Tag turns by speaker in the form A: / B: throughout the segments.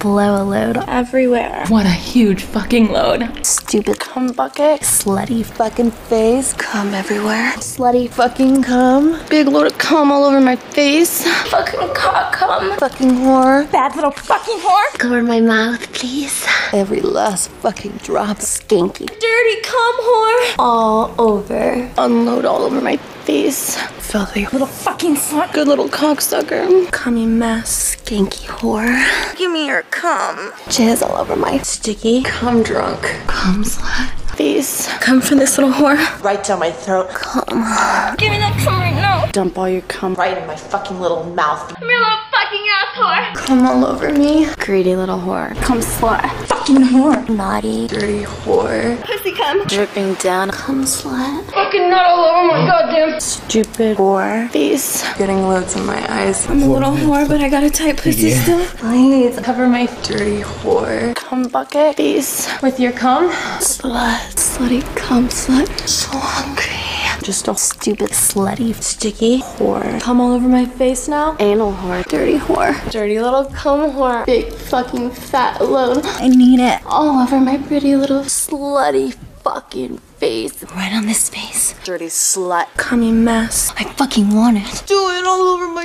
A: blow a load.
B: Everywhere.
C: What a huge fucking load.
A: Stupid
B: Cum bucket.
A: slutty fucking face.
B: Cum everywhere.
A: Slutty fucking cum. Big load of cum all over my face.
B: Fucking cock cum.
A: Fucking whore.
B: Bad little fucking whore.
A: Cover my mouth, please.
B: Every last fucking drop.
A: Stinky.
B: Dirty cum whore.
A: All over. Unload all over my face.
B: Filthy little fucking slut.
A: Good little cocksucker. Cummy mess. Skanky whore.
B: Give me your cum.
A: Jizz all over my
B: Sticky. Cum drunk.
A: cum slut face. Come for this little whore.
D: Right down my throat.
B: Give me that cum right now.
A: Dump all your cum.
D: Right in my fucking little mouth.
B: Come here, little fucking ass whore.
A: Cum all over me. Greedy little whore. Cum slut.
B: Fucking whore.
A: Naughty. Dirty whore.
B: Pussy cum.
A: Dripping down. Cum slut.
B: Fucking nut all over my goddamn.
A: Stupid whore. Face.
B: Getting loads in my eyes. I'm a little whore, but I got a tight pussy still.
A: Please. Cover my
B: Dirty whore.
A: cum bucket. Face.
C: With your cum?
A: Slut. Slutty cum slut. So hungry. Just a stupid slutty sticky whore.
C: Cum all over my face now?
A: Anal whore. Dirty whore.
C: Dirty little cum whore.
A: Big fucking fat load.
C: I need it.
A: all over my pretty little slutty fucking face.
C: Right on this face.
D: Dirty slut.
A: Cummy mess.
C: I fucking want it.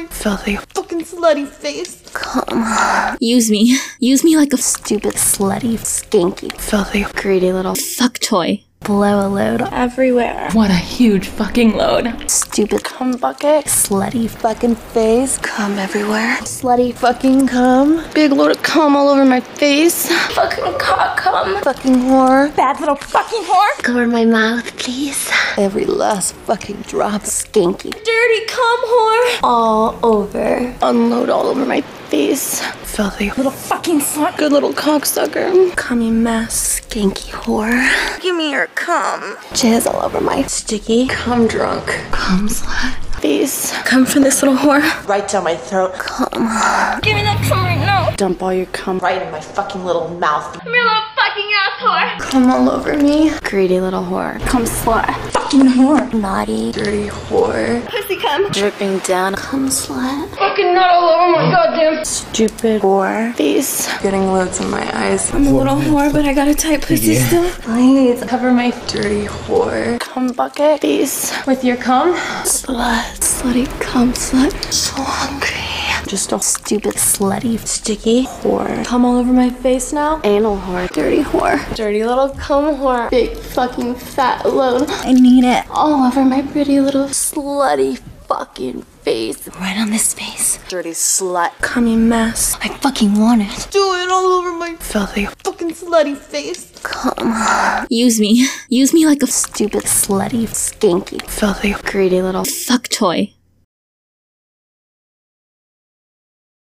A: Filthy
D: Fucking slutty face.
A: cum.
C: Use me. Use me like a f-
A: Stupid slutty skanky. Filthy greedy little
C: fuck toy.
A: blow a load.
B: Everywhere.
C: What a huge fucking load.
A: Stupid cum bucket. Slutty fucking face.
B: Cum everywhere.
A: Slutty fucking cum. Big load of cum all over my face.
B: Fucking cock cum.
A: Fucking whore.
B: Bad little fucking whore.
A: Cover my mouth, please.
D: Every last fucking drop.
A: Skanky.
B: Dirty cum whore.
A: All over. Unload all over my face.
D: Filthy.
B: Little fucking slut.
A: Good little cocksucker. Cummy mess. Skanky whore.
B: Give me your cum.
A: Jizz all over my
B: Sticky. Cum drunk.
A: cum slut face. Come for this little whore.
D: Right down my throat.
B: Give me that cum right now.
A: Dump all your cum.
D: Right in my fucking little mouth.
B: Come here, little fucking ass whore.
A: Cum all over me. Greedy little whore. Cum slut.
B: Fucking whore.
A: Naughty.
B: Dirty whore. Pussy cum.
A: Dripping down. Cum slut.
B: Fucking nut all over my goddamn.
A: Stupid whore face.
B: Getting loads in my eyes. I'm a little whore, but I got a tight pussy still.
A: Please.
C: Cover my
B: Dirty whore.
A: Cum bucket face.
C: with your cum?
A: Slut. Slutty cum slut. So hungry. Just a stupid slutty sticky whore.
C: Cum all over my face now?
A: Anal whore. Dirty whore.
C: Dirty little cum whore.
A: Big fucking fat load.
C: I need it.
A: All over my pretty little slutty fucking face.
C: Right on this face.
D: Dirty slut.
A: Cummy mess.
C: I fucking want it.
A: Filthy
D: Fucking slutty face.
A: cum.
C: Use me. Use me like a f-
A: stupid, slutty, skanky, filthy, greedy little
C: fuck toy.